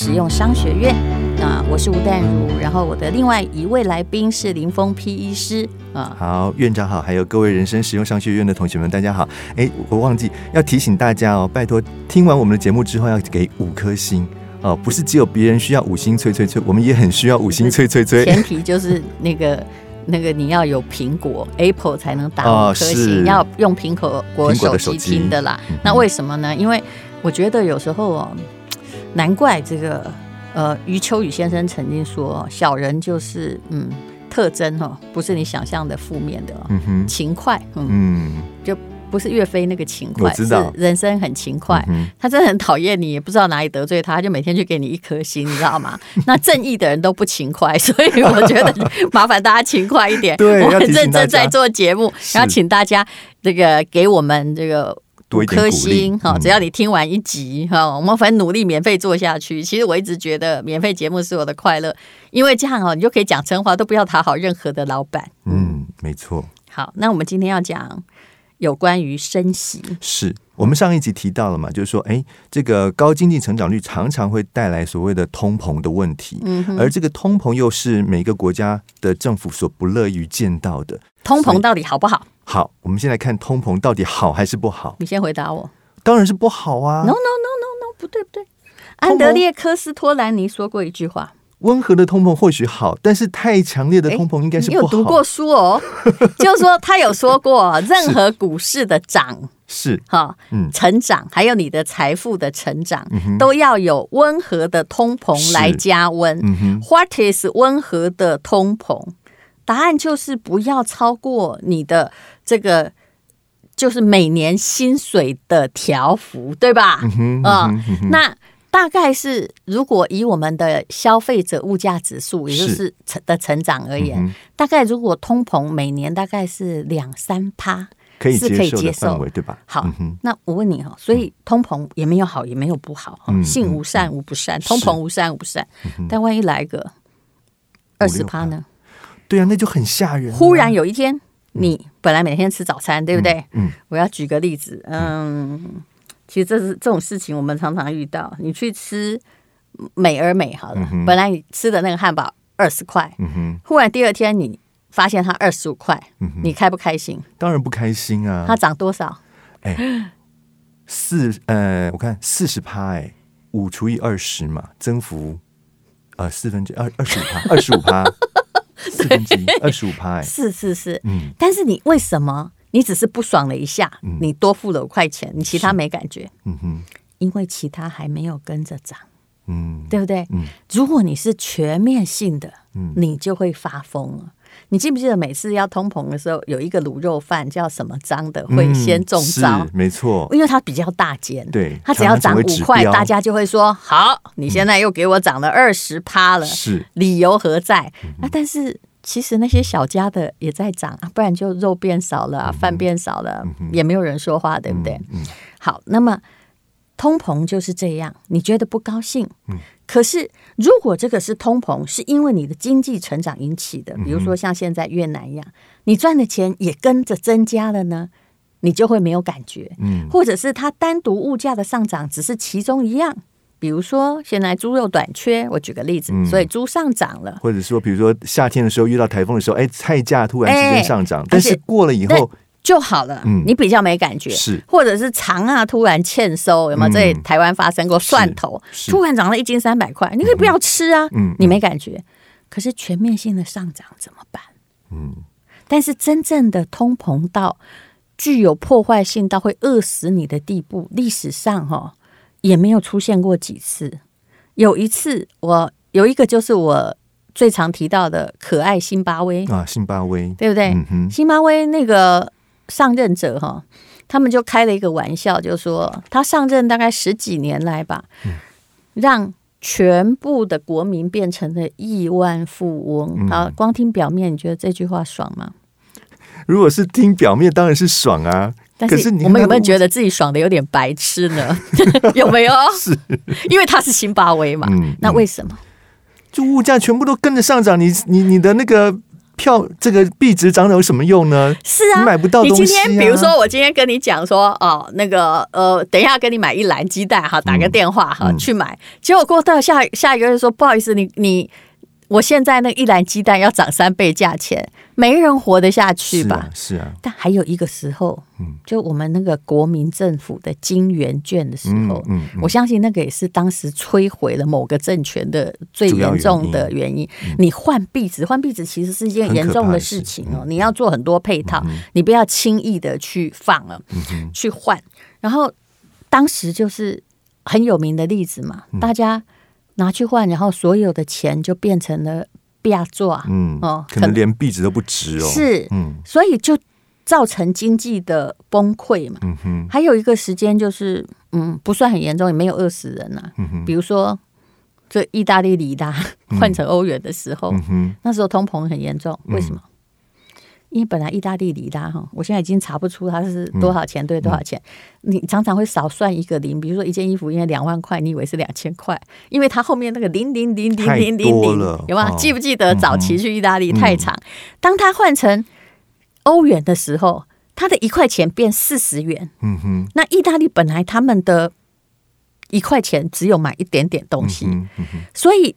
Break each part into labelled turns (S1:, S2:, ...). S1: 实用商学院。那我是吴淡如，然后我的另外一位来宾是林峰 P 医师啊。
S2: 好，院长好，还有各位人生实用商学院的同学们，大家好。哎，我忘记要提醒大家哦，拜托听完我们的节目之后要给五颗星哦，不是只有别人需要五星吹吹吹，我们也很需要五星吹吹吹。
S1: 前提就是那个 那个你要有苹果 Apple 才能打五颗
S2: 哦
S1: 星，
S2: 是
S1: 要用苹果果
S2: 苹果
S1: 手
S2: 的手
S1: 机
S2: 机
S1: 听的啦。那为什么呢？因为我觉得有时候哦，难怪这个呃余秋雨先生曾经说，哦小人就是嗯特征哦，不是你想象的负面的、哦，
S2: 嗯哼，
S1: 勤快，嗯，
S2: 嗯，
S1: 不是岳飞那个勤快，
S2: 我知道
S1: 是人生很勤快。
S2: 嗯
S1: 他真的很讨厌你，也不知道哪里得罪他，他就每天去给你一颗星，你知道吗？ 那正义的人都不勤快，所以我觉得麻烦大家勤快一点。
S2: 对
S1: 我很
S2: 要提醒
S1: 认
S2: 大
S1: 真
S2: 家
S1: 在做节目，
S2: 是
S1: 然后请大家这个给我们这个。
S2: 多一点
S1: 颗
S2: 鼓励
S1: 星哈，
S2: 嗯
S1: 只要你听完一集哈，我们反正努力免费做下去。其实我一直觉得免费节目是我的快乐，因为这样哦，你就可以讲真话，都不要讨好任何的老板。
S2: 哼，嗯，没错，
S1: 好，那我们今天要讲有关于升息，
S2: 是我们上一集提到了嘛，就是说，哎，这个高经济成长率常常会带来所谓的通膨的问题，
S1: 嗯哼，
S2: 而这个通膨又是每个国家的政府所不乐于见到的。
S1: 通
S2: 所
S1: 膨
S2: 以
S1: 到底好不好？
S2: 好，我们先来看通膨到底好还是不好？
S1: 你先回答我。
S2: 当然是不好啊
S1: No no no！no no，不对不对。
S2: 通膨
S1: 安德烈科斯托兰尼说过一句话，
S2: 温和的通膨或许好，但是太强烈的
S1: 诶
S2: 通膨应该是
S1: 你
S2: 不好。
S1: 有读过书 哦？就是说他有说过，任何股市的涨
S2: 是，
S1: 哈，
S2: 嗯
S1: 成长，还有你的财富的成长，
S2: 嗯哼，
S1: 都要有温和的通膨来加温。
S2: 嗯哼，
S1: What is 温和的通膨？答案就是不要超过你的这个，就是每年薪水的条幅，对吧？
S2: 嗯哼，嗯
S1: 啊
S2: 哼，嗯哼
S1: 那大概是，如果以我们的消费者物价指数，也就是成的成长而言，
S2: 嗯哼
S1: 大概如果通膨每年大概是两三趴，
S2: 可以
S1: 是可以
S2: 接受
S1: 接
S2: 的
S1: 受
S2: 范围，对吧？
S1: 好
S2: 嗯哼，
S1: 那我问你哈，所以通膨也没有好，也没有不好，
S2: 嗯
S1: 性无善无不善，
S2: 是嗯
S1: 通膨无善无不善，但万一来个二十趴呢？
S2: 对啊，那就很吓人啊。
S1: 忽然有一天，你本来每天吃早餐，对不对？
S2: 嗯，
S1: 我要举个例子，嗯，其实这是这种事情我们常常遇到。你去吃美而美好了，
S2: 嗯哼
S1: 本来你吃的那个汉堡二十块，
S2: 嗯哼，
S1: 忽然第二天你发现它二十五块，
S2: 嗯哼，嗯
S1: 你开不开心？
S2: 当然不开心啊
S1: 它。涨多少？
S2: 四呃，我看四十趴，哎，五除以二十嘛，增幅呃四分之二二十五 趴，二十五趴，四分之一，二十五趴，哎，
S1: 是是是，
S2: 嗯，
S1: 但是你为什么？你只是不爽了一下，你多付了五块钱，你其他没感觉，
S2: 嗯哼，
S1: 因为其他还没有跟着涨，
S2: 嗯，
S1: 对不对？
S2: 嗯
S1: 如果你是全面性的，
S2: 嗯
S1: 你就会发疯了。你记不记得每次要通膨的时候，有一个卤肉饭叫什么张的会
S2: 嗯
S1: 先中招
S2: 是，没错，
S1: 因为它比较大间，
S2: 对
S1: 它只要涨
S2: 常常成为
S1: 五
S2: 指
S1: 块，
S2: 标
S1: 大家就会说好，你现在又给我涨了二十趴了，
S2: 是
S1: 理由何在？啊，但是其实那些小家的也在涨啊，不然就肉变少了啊、饭变少了，也没有人说话，对不对？好，那么通膨就是这样，你觉得不高兴，可是如果这个是通膨，是因为你的经济成长引起的，比如说像现在越南一样，你赚的钱也跟着增加了呢，你就会没有感觉。
S2: 嗯
S1: 或者是它单独物价的上涨只是其中一样。比如说，现在猪肉短缺，我举个例子，
S2: 嗯
S1: 所以猪上涨了。
S2: 或者说，比如说夏天的时候遇到台风的时候，哎，菜价突然之
S1: 哎
S2: 间上涨，但是过了以后，
S1: 就好了，
S2: 嗯
S1: 你比较没感觉。
S2: 是
S1: 或者是长啊，突然欠收，有没有？
S2: 嗯
S1: 这里台湾发生过蒜头，
S2: 是
S1: 突然涨了一斤三百块，你可以不要吃啊，
S2: 嗯嗯
S1: 你没感觉。可是全面性的上涨怎么办？
S2: 嗯，
S1: 但是真正的通膨到具有破坏性到会饿死你的地步，历史上哈、哦、也没有出现过几次。有一次我有一个就是我最常提到的可爱辛巴威，
S2: 啊，津巴威，
S1: 对不对？
S2: 嗯哼，
S1: 辛巴威那个上任者哈，他们就开了一个玩笑，就说他上任大概十几年来吧，
S2: 嗯
S1: 让全部的国民变成了亿万富
S2: 嗯
S1: 翁。好，光听表面，你觉得这句话爽吗？
S2: 如果是听表面，当然是爽啊，
S1: 但
S2: 可是你
S1: 我们有没有
S2: 看
S1: 觉得自己爽的有点白痴 呢？有没有？
S2: 是，
S1: 因为他是辛巴威嘛。
S2: 嗯
S1: 那为什么？
S2: 就物价全部都跟着上涨，你你你的那个票这个币值涨有什么用呢？
S1: 是啊，
S2: 你买不到
S1: 你
S2: 东西、啊。
S1: 今天比如说，我今天跟你讲说，哦，那个呃，等一下跟你买一篮鸡蛋哈，打个电话哈、
S2: 嗯
S1: 去买。结果过到下下一个月说，不好意思，你你我现在那一篮鸡蛋要涨三倍价钱，没人活得下去
S2: 是
S1: 吧？
S2: 啊，是啊，
S1: 但还有一个时候，
S2: 嗯
S1: 就我们那个国民政府的金元券的时候，
S2: 嗯嗯嗯
S1: 我相信那个也是当时摧毁了某个政权的最严重的原因。
S2: 嗯
S1: 你换币值，换币值其实是一件严重的事情
S2: 很可
S1: 哦
S2: 怕，的事嗯
S1: 你要做很多配套，你不要轻易的去放了、去换。然后当时就是很有名的例子嘛，
S2: 嗯
S1: 大家拿去换，然后所有的钱就变成了币座，
S2: 嗯，
S1: 哦
S2: 可能连币值都不值哦。，
S1: 是，
S2: 嗯
S1: 所以就造成经济的崩溃嘛。
S2: 嗯哼，
S1: 还有一个时间就是，嗯，不算很严重，也没有饿死人呐、啊
S2: 嗯哼，
S1: 比如说，这意大利里拉啊换成欧元的时候，
S2: 嗯哼，
S1: 那时候通膨很严重，
S2: 嗯
S1: 为什么？因为本来意大利里拉哈，我现在已经查不出它是多少钱
S2: 嗯
S1: 对多少钱，你常常会少算一个零，比如说一件衣服因为两万块，你以为是两千块，因为它后面那个零零零零
S2: 太
S1: 零零
S2: 多
S1: 零
S2: 了，
S1: 有吗
S2: 哦？嗯
S1: 记不记得早期去意大利太长？当它换成欧元的时候，它的一块钱变四十元，
S2: 嗯哼，
S1: 那意大利本来他们的一块钱只有买一点点东西，
S2: 嗯嗯哼，
S1: 所以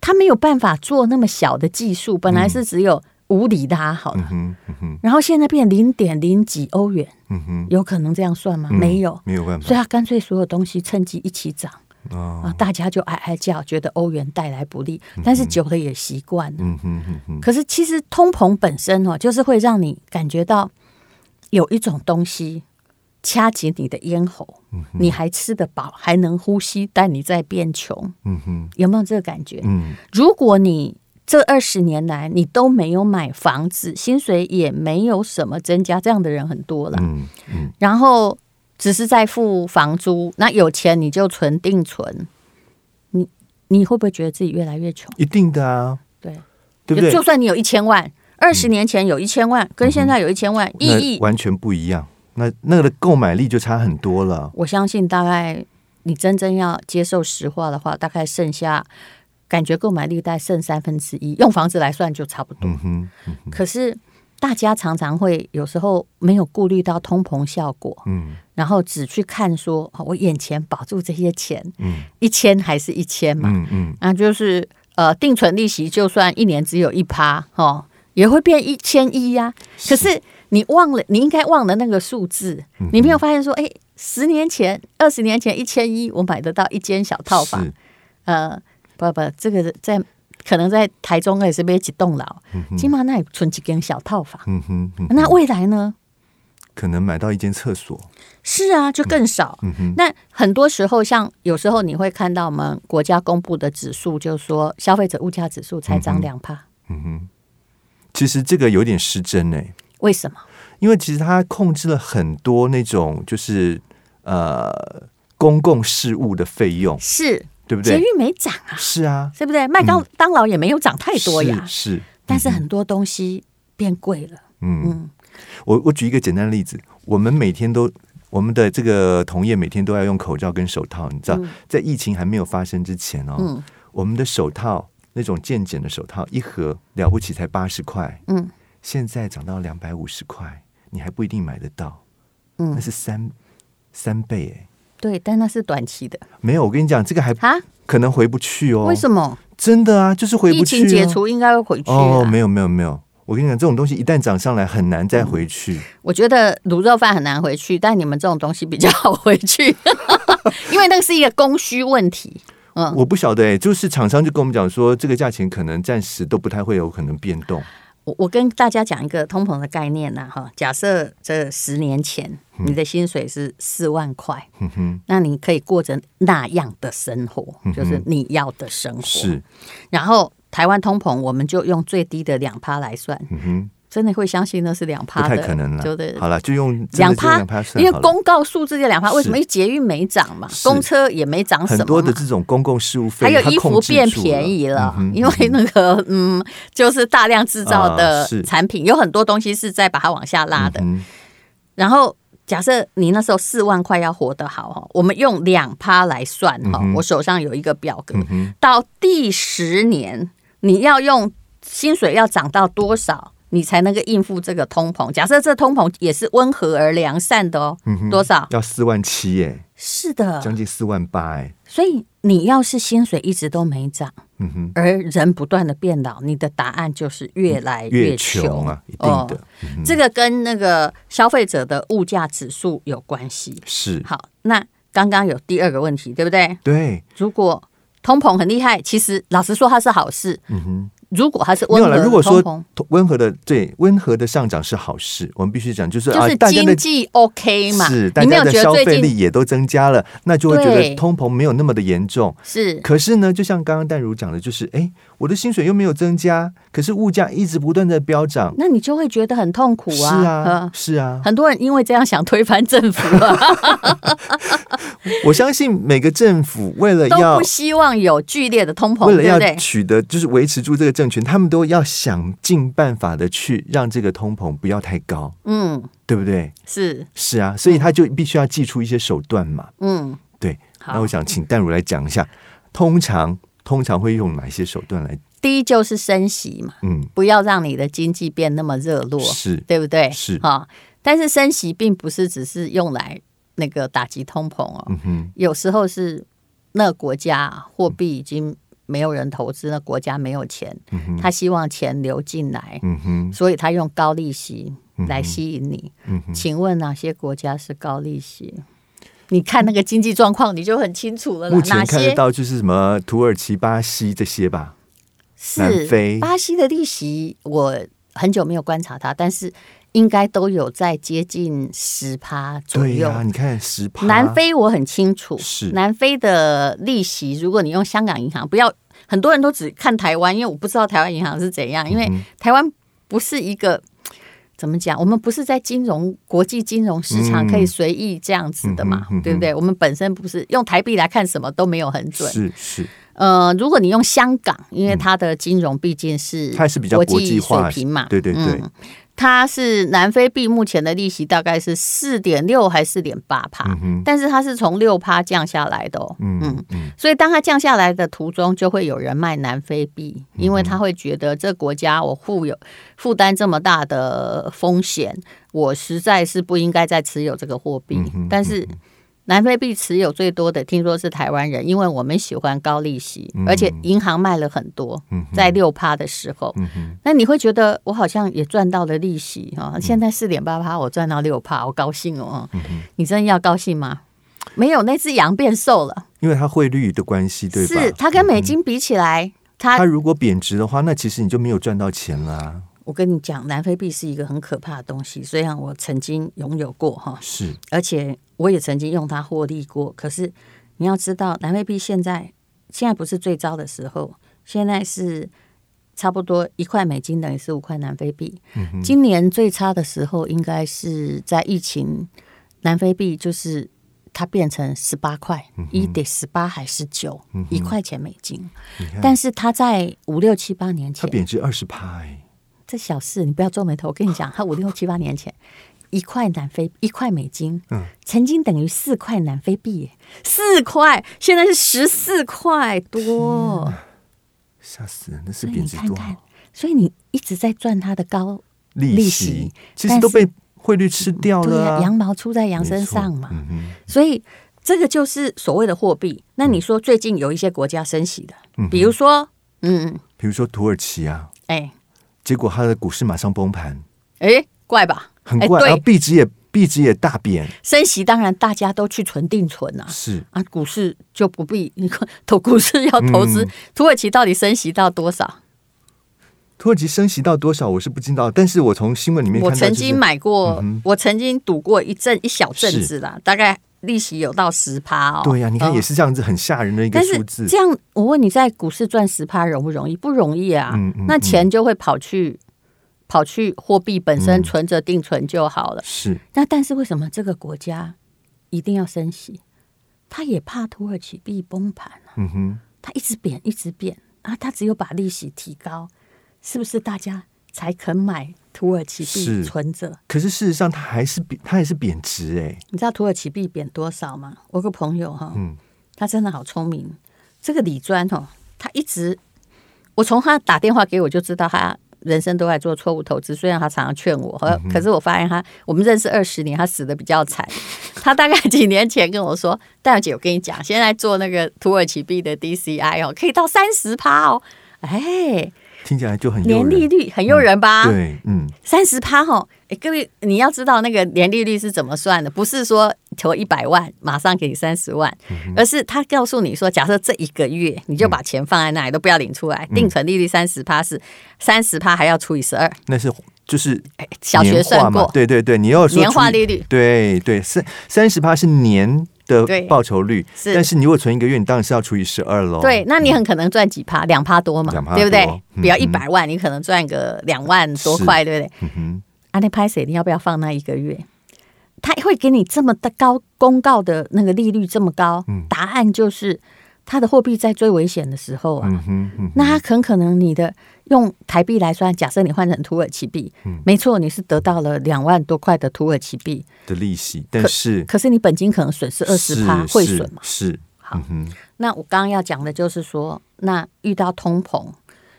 S1: 他没有办法做那么小的技术，本来是只有五里拉好了，
S2: 嗯哼，嗯哼，
S1: 然后现在变零点零几欧元，
S2: 嗯哼，
S1: 有可能这样算吗？
S2: 嗯
S1: 没有，
S2: 没有办法
S1: 所以他干脆所有东西趁机一起涨啊
S2: 哦，，
S1: 大家就哀哀叫，觉得欧元带来不利，但是久了也习惯了。
S2: 嗯哼，嗯哼，
S1: 可是其实通膨本身哦，就是会让你感觉到有一种东西掐紧你的咽喉，
S2: 嗯
S1: 你还吃得饱，还能呼吸，但你在变穷，
S2: 嗯哼，
S1: 有没有这个感觉？
S2: 嗯，
S1: 如果你这二十年来你都没有买房子，薪水也没有什么增加，这样的人很多了。
S2: 嗯，嗯，
S1: 然后只是在付房租，那有钱你就存定存，你你会不会觉得自己越来越穷？
S2: 一定的啊，
S1: 对，
S2: 对不对嗯
S1: 就？就算你有一千万，二十年前有一千万，跟现在有一千万，意
S2: 那
S1: 义
S2: 完全不一样，那那个的购买力就差很多了。
S1: 我相信大概你真正要接受实话的话，大概剩下感觉购买力大概剩三分之一，用房子来算就差不多。
S2: 嗯哼，嗯哼
S1: 可是大家常常会有时候没有顾虑到通膨效果，
S2: 嗯
S1: 然后只去看说，哦我眼前保住这些钱，
S2: 嗯
S1: 一千还是一千嘛？
S2: 嗯嗯，
S1: 那就是呃，定存利息就算一年只有一趴，哦，也会变一千一呀。可是你忘了，你应该忘了那个数字，
S2: 嗯
S1: 你没有发现说，哎，十年前、二十年前一千一，我买得到一间小套房，
S2: 是
S1: 呃，不不，这个在可能在台中也是被几栋楼，金马那也存几间小套房。
S2: 嗯哼，嗯嗯哼
S1: 那未来呢？
S2: 可能买到一间厕所，
S1: 是啊，就更少。
S2: 嗯
S1: 那很多时候，像有时候你会看到我们国家公布的指数，就说消费者物价指数才涨两趴，
S2: 嗯哼，其实这个有点失真哎、
S1: 为什么？
S2: 因为其实它控制了很多那种就是呃公共事务的费用，
S1: 是
S2: 对不
S1: 捷
S2: 对
S1: 运？没涨啊，
S2: 是啊，
S1: 对不对？麦当当劳也没有涨太多呀，
S2: 是。是
S1: 但是很多东西变贵了。
S2: 嗯
S1: 嗯
S2: 我我举一个简单的例子，我们每天都我们的这个同业每天都要用口罩跟手套，你知道，在疫情还没有发生之前哦，
S1: 嗯
S2: 我们的手套那种健检的手套一盒了不起才八十块，
S1: 嗯，
S2: 现在涨到两百五十块，你还不一定买得到，
S1: 嗯
S2: 那是三三倍哎。
S1: 对，但那是短期的
S2: 没有，我跟你讲，这个还
S1: 啊？
S2: 可能回不去哦。
S1: 为什么？
S2: 真的啊，就是回
S1: 疫
S2: 不去、哦。
S1: 情解除应该会回去、啊、
S2: 哦，没有没有没有，我跟你讲，这种东西一旦涨上来，很难再回去。
S1: 我觉得卤肉饭很难回去，但你们这种东西比较好回 去，因为那个是一个供需问题。嗯，
S2: 我不晓得哎、就是厂商就跟我们讲说，这个价钱可能暂时都不太会有可能变动。
S1: 我我跟大家讲一个通膨的概念呐、哈，假设这十年前
S2: 嗯
S1: 你的薪水是四万块，
S2: 哼嗯哼，
S1: 那你可以过着那样的生活，
S2: 嗯
S1: 就是你要的生活。
S2: 是，
S1: 然后台湾通膨，我们就用最低的两趴来算，
S2: 嗯哼，
S1: 真的会相信那是两
S2: 不
S1: 趴的，
S2: 太可能了。
S1: 就是
S2: 好了，就用
S1: 两
S2: 趴，
S1: 趴
S2: 两趴，算
S1: 因为
S2: 好了
S1: 公告数字就两趴，
S2: 是
S1: 为什么因为捷运没涨嘛，
S2: 是
S1: 公车也没涨什
S2: 很
S1: 么
S2: 多的
S1: 嘛。
S2: 这种公共事务费，
S1: 还有
S2: 它
S1: 衣服
S2: 控制
S1: 变
S2: 住
S1: 便宜了，
S2: 嗯哼
S1: 因为那个嗯，就是大量制造
S2: 啊
S1: 的
S2: 是
S1: 产品，有很多东西是在把它往下拉的。
S2: 嗯
S1: 然后假设你那时候四万块要活得好哦，我们用两趴来算哈、
S2: 嗯哼
S1: 我手上有一个表格，
S2: 哼
S1: 到第十年你要用薪水要涨到多少，你才能够应付这个通膨？假设这通膨也是温和而良善的哦，
S2: 嗯
S1: 多少？
S2: 要四万七耶，
S1: 是的，
S2: 将近四万八哎，
S1: 所以你要是薪水一直都没涨，
S2: 嗯哼，
S1: 而人不断的变老，你的答案就是越来
S2: 越
S1: 穷
S2: 穷啊，一定的
S1: 哦，这个跟那个消费者的物价指数有关系。
S2: 是，
S1: 好，那刚刚有第二个问题，对不对？
S2: 对，
S1: 如果通膨很厉害，其实老实说它是好事。
S2: 嗯哼，
S1: 如果它是
S2: 没
S1: 温
S2: 有
S1: 和
S2: 了。
S1: 的
S2: 如果
S1: 通
S2: 说
S1: 膨，
S2: 温和的对温和的上涨是好事，我们必须讲，就是
S1: 就
S2: 啊
S1: 是，
S2: 大家的
S1: 经济 OK 嘛，
S2: 是大
S1: 你没
S2: 家
S1: 有
S2: 的
S1: 觉
S2: 消
S1: 得最
S2: 费
S1: 近
S2: 力也都增加了，那就会觉
S1: 对
S2: 得通膨没有那么的严重。
S1: 是
S2: 可是呢，就像刚刚淡如讲的，就是哎，我的薪水又没有增加，可是物价一直不断的飙涨，
S1: 那你就会觉得很痛苦
S2: 是
S1: 啊。
S2: 啊
S1: 呃，
S2: 是啊，
S1: 很多人因为这样想推翻政府 啊，
S2: 我相信每个政府为了
S1: 都
S2: 要
S1: 不希望有剧烈的通膨，
S2: 为了
S1: 对不
S2: 要
S1: 对？
S2: 取得就是维持住这个政权，他们都要想尽办法的去让这个通膨不要太高，
S1: 嗯，
S2: 对不对？
S1: 是，
S2: 是啊，所以他就必须要祭出一些手段嘛。
S1: 嗯，
S2: 对，
S1: 好
S2: 那我想请淡如来讲一下，通常通常会用哪些手段来？
S1: 第一就是升息嘛，
S2: 嗯，
S1: 不要让你的经济变那么热络，
S2: 是
S1: 对不对？
S2: 是
S1: 啊、但是升息并不是只是用来那个打击通膨哦，
S2: 嗯哼，
S1: 有时候是那个国家货币已经没有人投资，那国家没有钱，他希望钱流进来，
S2: 嗯哼，
S1: 所以他用高利息来吸引你。
S2: 嗯
S1: 请问哪些国家是高利息？你看那个经济状况，你就很清楚了啦。
S2: 目前
S1: 呃哪
S2: 看得
S1: 些
S2: 到就是什么土耳其、巴西这些吧？南
S1: 是
S2: 非
S1: 巴西的利息？我很久没有观察它，但是应该都有在接近十趴左
S2: 对
S1: 右。
S2: 呀、你看十趴，
S1: 南非我很清楚，
S2: 是
S1: 南非的利息，如果你用香港银行，不要很多人都只看台湾，因为我不知道台湾银行是
S2: 嗯
S1: 怎样，因为台湾不是一个。怎么讲？我们不是在金融国际金融市场
S2: 嗯
S1: 可以随意这样子的嘛，
S2: 嗯哼嗯哼
S1: 对不对？我们本身不是用台币来看什么都没有很准。
S2: 是是，
S1: 呃，如果你用香港，因为它的金融毕竟是
S2: 它是比较国
S1: 水
S2: 际化
S1: 平嘛，嗯
S2: 对对对
S1: 它是南非币目前的利息大概是四点六还四点八帕
S2: 嗯，哼，
S1: 但是它是从六趴降下来的哦。
S2: 嗯嗯
S1: 所以当它降下来的途中，就会有人卖南非
S2: 嗯
S1: 币，因为他会觉得这国家我负有负担这么大的风险，我实在是不应该再持有这个货币。
S2: 嗯哼
S1: 但是南非币持有最多的，听说是台湾人，因为我们喜欢高利息，而且银行卖了很多，
S2: 嗯哼
S1: 在六趴的时候，
S2: 嗯哼，
S1: 那你会觉得我好像也赚到了利息啊、
S2: 嗯
S1: 现在四点八趴，我赚到六趴，我高兴哦。你真的要高兴吗？没有，那只羊变瘦了。
S2: 因为它汇率的关系，对吧？嗯
S1: 是它跟美金比起来，
S2: 它
S1: 它
S2: 如果贬值的话，那其实你就没有赚到钱啦、
S1: 我跟你讲，南非币是一个很可怕的东西。虽然我曾经拥有过哈，
S2: 是，
S1: 而且我也曾经用它获利过。可是你要知道，南非币现在现在不是最糟的时候，现在是差不多一块美金等于十五块南非币。今年最差的时候应该是在疫情，南非币就是它变成十八块，一点十八还是九一块钱美金。但是它在五六七八年
S2: 嗯它
S1: 前，
S2: 贬值二十趴，哎、
S1: 这小事你不要皱眉头。我跟你讲，他五六七八年前，一块南非一块美金，
S2: 嗯
S1: 曾经等于四块南非币耶，四块，现在是十四块多。
S2: 吓死人！那是
S1: 所以
S2: 贬
S1: 你
S2: 值
S1: 看
S2: 多少
S1: 看，所以你一直在赚它的高，
S2: 利
S1: 利
S2: 息
S1: 息
S2: 其
S1: 但
S2: 实都
S1: 是
S2: 被汇率吃掉
S1: 对
S2: 了、
S1: 呀、
S2: 啊，
S1: 羊毛出在羊
S2: 没
S1: 身
S2: 错
S1: 上嘛。
S2: 嗯哼
S1: 所以这个就是所谓的货币。那
S2: 嗯
S1: 你说最近有一些国家升息的，比如说，嗯，
S2: 比如说土耳其啊，
S1: 哎
S2: 结果它的股市马上崩盘，
S1: 哎，怪吧？
S2: 很
S1: 哎
S2: 怪，啊然后
S1: 对，
S2: 币值也币值也大贬，
S1: 升息当然大家都去存定存啊，
S2: 是
S1: 啊，股市就不必，你看投股市要投资，
S2: 嗯
S1: 土耳其到底升息到多少？
S2: 土耳其升息到多少我是不知道，但是我从新闻里面看
S1: 我
S2: 到、就是，嗯
S1: 曾经买过，我曾经赌过一阵一小阵
S2: 是
S1: 子啦，大概利息有到十趴哦。
S2: 对呀、你看
S1: 嗯
S2: 也是这样子，很吓人的一个
S1: 但
S2: 数
S1: 是
S2: 字，
S1: 这样，我问你，在股市赚十趴容不容易？不容易啊，
S2: 嗯嗯
S1: 那
S2: 嗯
S1: 钱就会跑去跑去货币本
S2: 嗯
S1: 身存着定存就好了。
S2: 是
S1: 那但是为什么这个国家一定要升息？他也怕土耳其币崩盘啊，
S2: 嗯哼，
S1: 他一直贬一直贬啊，他只有把利息提高，是不是大家才肯买土耳其币
S2: 是
S1: 存着？
S2: 可是事实上它还是贬，它还是贬值哎、
S1: 你知道土耳其币贬多少吗？我有个朋友哈，
S2: 嗯
S1: 他真的好聪明。这个李专哦，他一直我从他打电话给我就知道他人生都在做错误投资，虽然他常常劝我，
S2: 嗯
S1: 可可是我发现他，我们认识二十年，他死的比较惨。 他大概几年前跟我说：“戴小姐，我跟你讲，现在做那个土耳其币的 DCI 哦，可以到三十趴哦，哎，
S2: 听起来就很诱
S1: 年
S2: 人
S1: 利率啊很诱人吧？
S2: 对，嗯，
S1: 三十趴哈，哎，各位你要知道那个年利率是怎么算的，不是说投一百万马上给你三十万，
S2: 嗯
S1: 而是他告诉你说，假设这一个月你就把钱放在那里、都不要领出
S2: 嗯
S1: 来，定存利率三十趴是三十趴还要除以十二，
S2: 那是就是
S1: 哎小学
S2: 年化
S1: 算
S2: 嘛
S1: 过，
S2: 对对对，你要说
S1: 年化
S2: 除以
S1: 利率
S2: 对对，三三十趴是年的
S1: 对
S2: 报酬率，
S1: 是
S2: 但是你如果存一个月，你当然是要除以十二喽。
S1: 对，，那你很可能赚几趴，两趴多嘛
S2: 哦嗯两趴，
S1: 对不对
S2: 多？嗯
S1: 比如
S2: 嗯
S1: 一百万，你可能赚个两万多块，对不对？
S2: 嗯哼，
S1: 啊，那拍谁？你要不要放那一个月？他会给你这么的高公告的那个利率这么高，
S2: 嗯
S1: 答案就是他的货币在最危险的时候啊，
S2: 嗯哼，嗯哼
S1: 那它很可能你的用台币来算，假设你换成土耳其币，
S2: 嗯
S1: 没错，你是得到了两万多块的土耳其币，
S2: 的利息，但是
S1: 可是你本金可能损失二十趴，
S2: 嗯是
S1: 会损嘛？
S2: 是，
S1: 好
S2: 嗯哼，
S1: 那我刚刚要讲的就是说，那遇到通膨，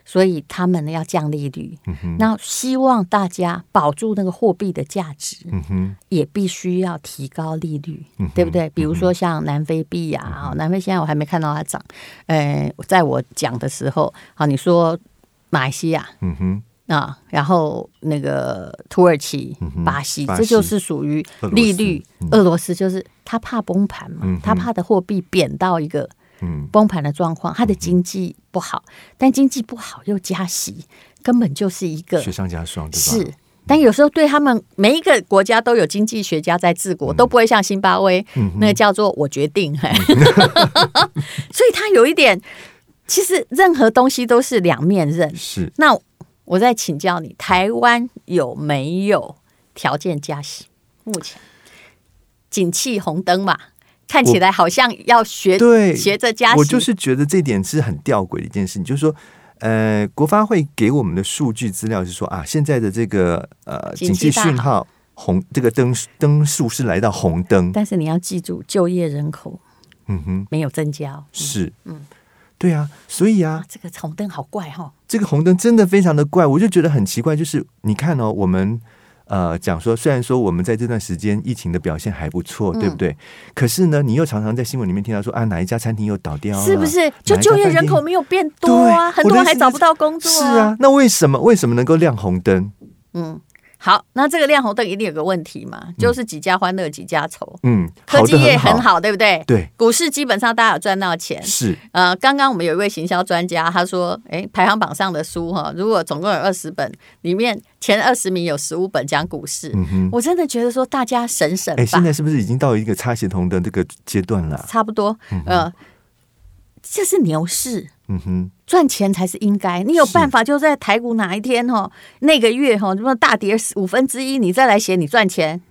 S1: 所以他们呢要降利率，
S2: 嗯
S1: 那希望大家保住那个货币的价值，
S2: 嗯哼，
S1: 也必须要提高利率，
S2: 嗯
S1: 对不对？比如说像南非币啊，哦南非现在我还没看到它涨，呃，在我讲的时候，好，你说马来西亚，
S2: 嗯哼，
S1: 啊，然后那个土耳其、
S2: 嗯哼
S1: 巴西，
S2: 巴西
S1: 这就是属于
S2: 俄罗斯
S1: 利率。
S2: 嗯
S1: 俄罗斯就是他怕崩盘嘛，
S2: 嗯哼
S1: 他怕的货币贬到一个
S2: 嗯
S1: 崩盘的状况，他的经济不好，但经济不好又加息，根本就是一个
S2: 雪上加霜，对吧？
S1: 是。但有时候对他们每一个国家都有经济学家在治
S2: 嗯
S1: 国，都不会像津巴威、那个叫做“我决定”，嘿
S2: 嗯
S1: 所以他有一点，其实任何东西都是两面刃。
S2: 是，
S1: 那我再请教你，台湾有没有条件加息？目前景气红灯嘛，看起来好像要学
S2: 对，
S1: 学着加息，
S2: 我就是觉得这点是很吊诡的一件事情，就是说，呃，国发会给我们的数据资料是说啊，现在的这个呃
S1: 景
S2: 景
S1: 气
S2: 气
S1: 大
S2: 讯号红，这个灯灯数是来到红灯，
S1: 但是你要记住，就业人口
S2: 嗯哼，
S1: 没有增加、哦。
S2: 是，嗯，对啊，所以啊
S1: 啊，，这个红灯好怪哈、哦，
S2: 这个红灯真的非常的怪，我就觉得很奇怪，就是你看哦，我们。呃，讲说虽然说我们在这段时间疫情的表现还不
S1: 嗯
S2: 错，对不对？可是呢，你又常常在新闻里面听到说啊，哪一家餐厅又倒掉了，
S1: 是不是？
S2: 哪
S1: 就
S2: 一家
S1: 就业
S2: 饭
S1: 人
S2: 店
S1: 口没有变多啊，
S2: 对
S1: 很多人还找不到工作
S2: 是啊，那为什么为什么能够亮红灯？
S1: 好，那这个亮红灯一定有个问题嘛，就是几家欢乐几家愁。
S2: 嗯，
S1: 科
S2: 好
S1: 技
S2: 的
S1: 业
S2: 很
S1: 很
S2: 好，
S1: 好，对不对？
S2: 对，
S1: 股市基本上大家有赚到钱，
S2: 是，
S1: 呃，刚刚我们有一位行销专家，他说，诶，排行榜上的书哈，如果总共有二十本，里面前二十名有十五本讲股市，
S2: 嗯哼，
S1: 我真的觉得说大家省省
S2: 哎，
S1: 吧
S2: 现，在是不是已经到一个擦鞋童的这个阶段了？啊
S1: 差不多，呃，这是牛市。
S2: 嗯哼，
S1: 赚钱才是应该，你有
S2: 是
S1: 办法就在台股哪一天哈，那个月哈，什么大跌五分之一，你再来写你赚钱，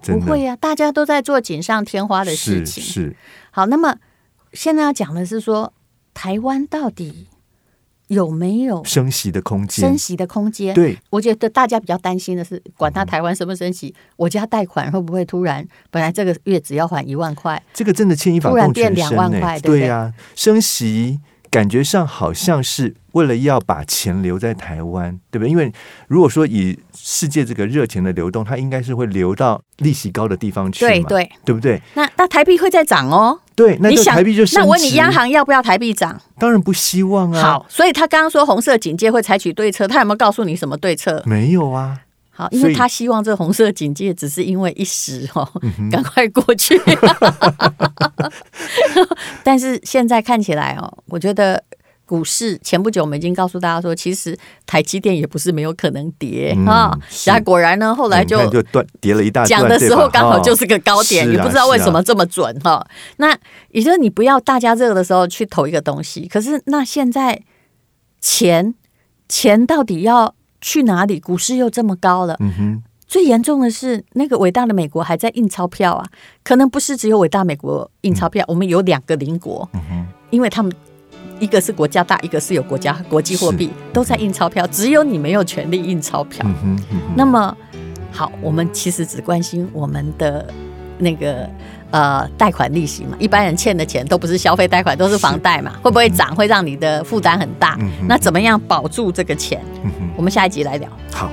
S1: 不
S2: 真的
S1: 会呀、啊大家都在做锦上添花的事
S2: 是
S1: 情。
S2: 是，
S1: 好，那么现在要讲的是说，台湾到底有没有
S2: 升息的空间
S1: 升，息的空间。
S2: 对，
S1: 我觉得大家比较担心的是，管他台湾什么升息，我家贷款会不会突然本来这个月只要还一万块，
S2: 这个真的牵一发
S1: 突然
S2: 动全
S1: 变
S2: 身
S1: 两万
S2: 呢
S1: 块对不对
S2: 对呀，升息。感觉上好像是为了要把钱留在台湾，对不对？因为如果说以世界这个热钱的流动，它应该是会流到利息高的地方去嘛，
S1: 对对，
S2: 对不对？
S1: 那那台币会再涨哦。
S2: 对，那
S1: 你
S2: 就
S1: 想
S2: 台币就升值。
S1: 那我问你，央行要不要台币涨？
S2: 当然不希望啊。，
S1: 好，所以他刚刚说红色警戒会采取对策，他有没有告诉你什么对策？
S2: 没有啊，
S1: 好，因
S2: 所
S1: 为
S2: 以
S1: 他希望这红色警戒只是因为一时哦，
S2: 嗯
S1: 赶快过去。 但是现在看起来哦，我觉得股市前不久我们已经告诉大家说，其实台积电也不是没有可能跌
S2: 嗯
S1: 啊。
S2: 是
S1: 然后果然呢，后来就
S2: 嗯你看就断跌了一大段。
S1: 讲的时
S2: 啊对
S1: 候
S2: 吧
S1: 刚好就是个高点，
S2: 哦
S1: 你
S2: 是啊
S1: 不知道为
S2: 是啊
S1: 什么这么准哈、那也就是你不要大家热的时候去投一个东西，可是那现在钱钱到底要去哪里？股市又这么高了，
S2: 嗯哼，
S1: 最严重的是那个伟大的美国还在印钞票啊，可能不是只有伟大美国印钞
S2: 嗯
S1: 票，我们有两个邻国，因为他们。一个是国家大，一个是有国家国际货币，都在印钞票，只有你没有权利印钞票。
S2: 嗯哼，嗯哼
S1: 那么好，我们其实只关心我们的那个呃贷款利息嘛，一般人欠的钱都不是消费贷款，都是房贷嘛，会不会涨会让你的负担很大？
S2: 嗯哼
S1: 那怎么样保住这个钱？
S2: 嗯哼，
S1: 我们下一集来聊。
S2: 好。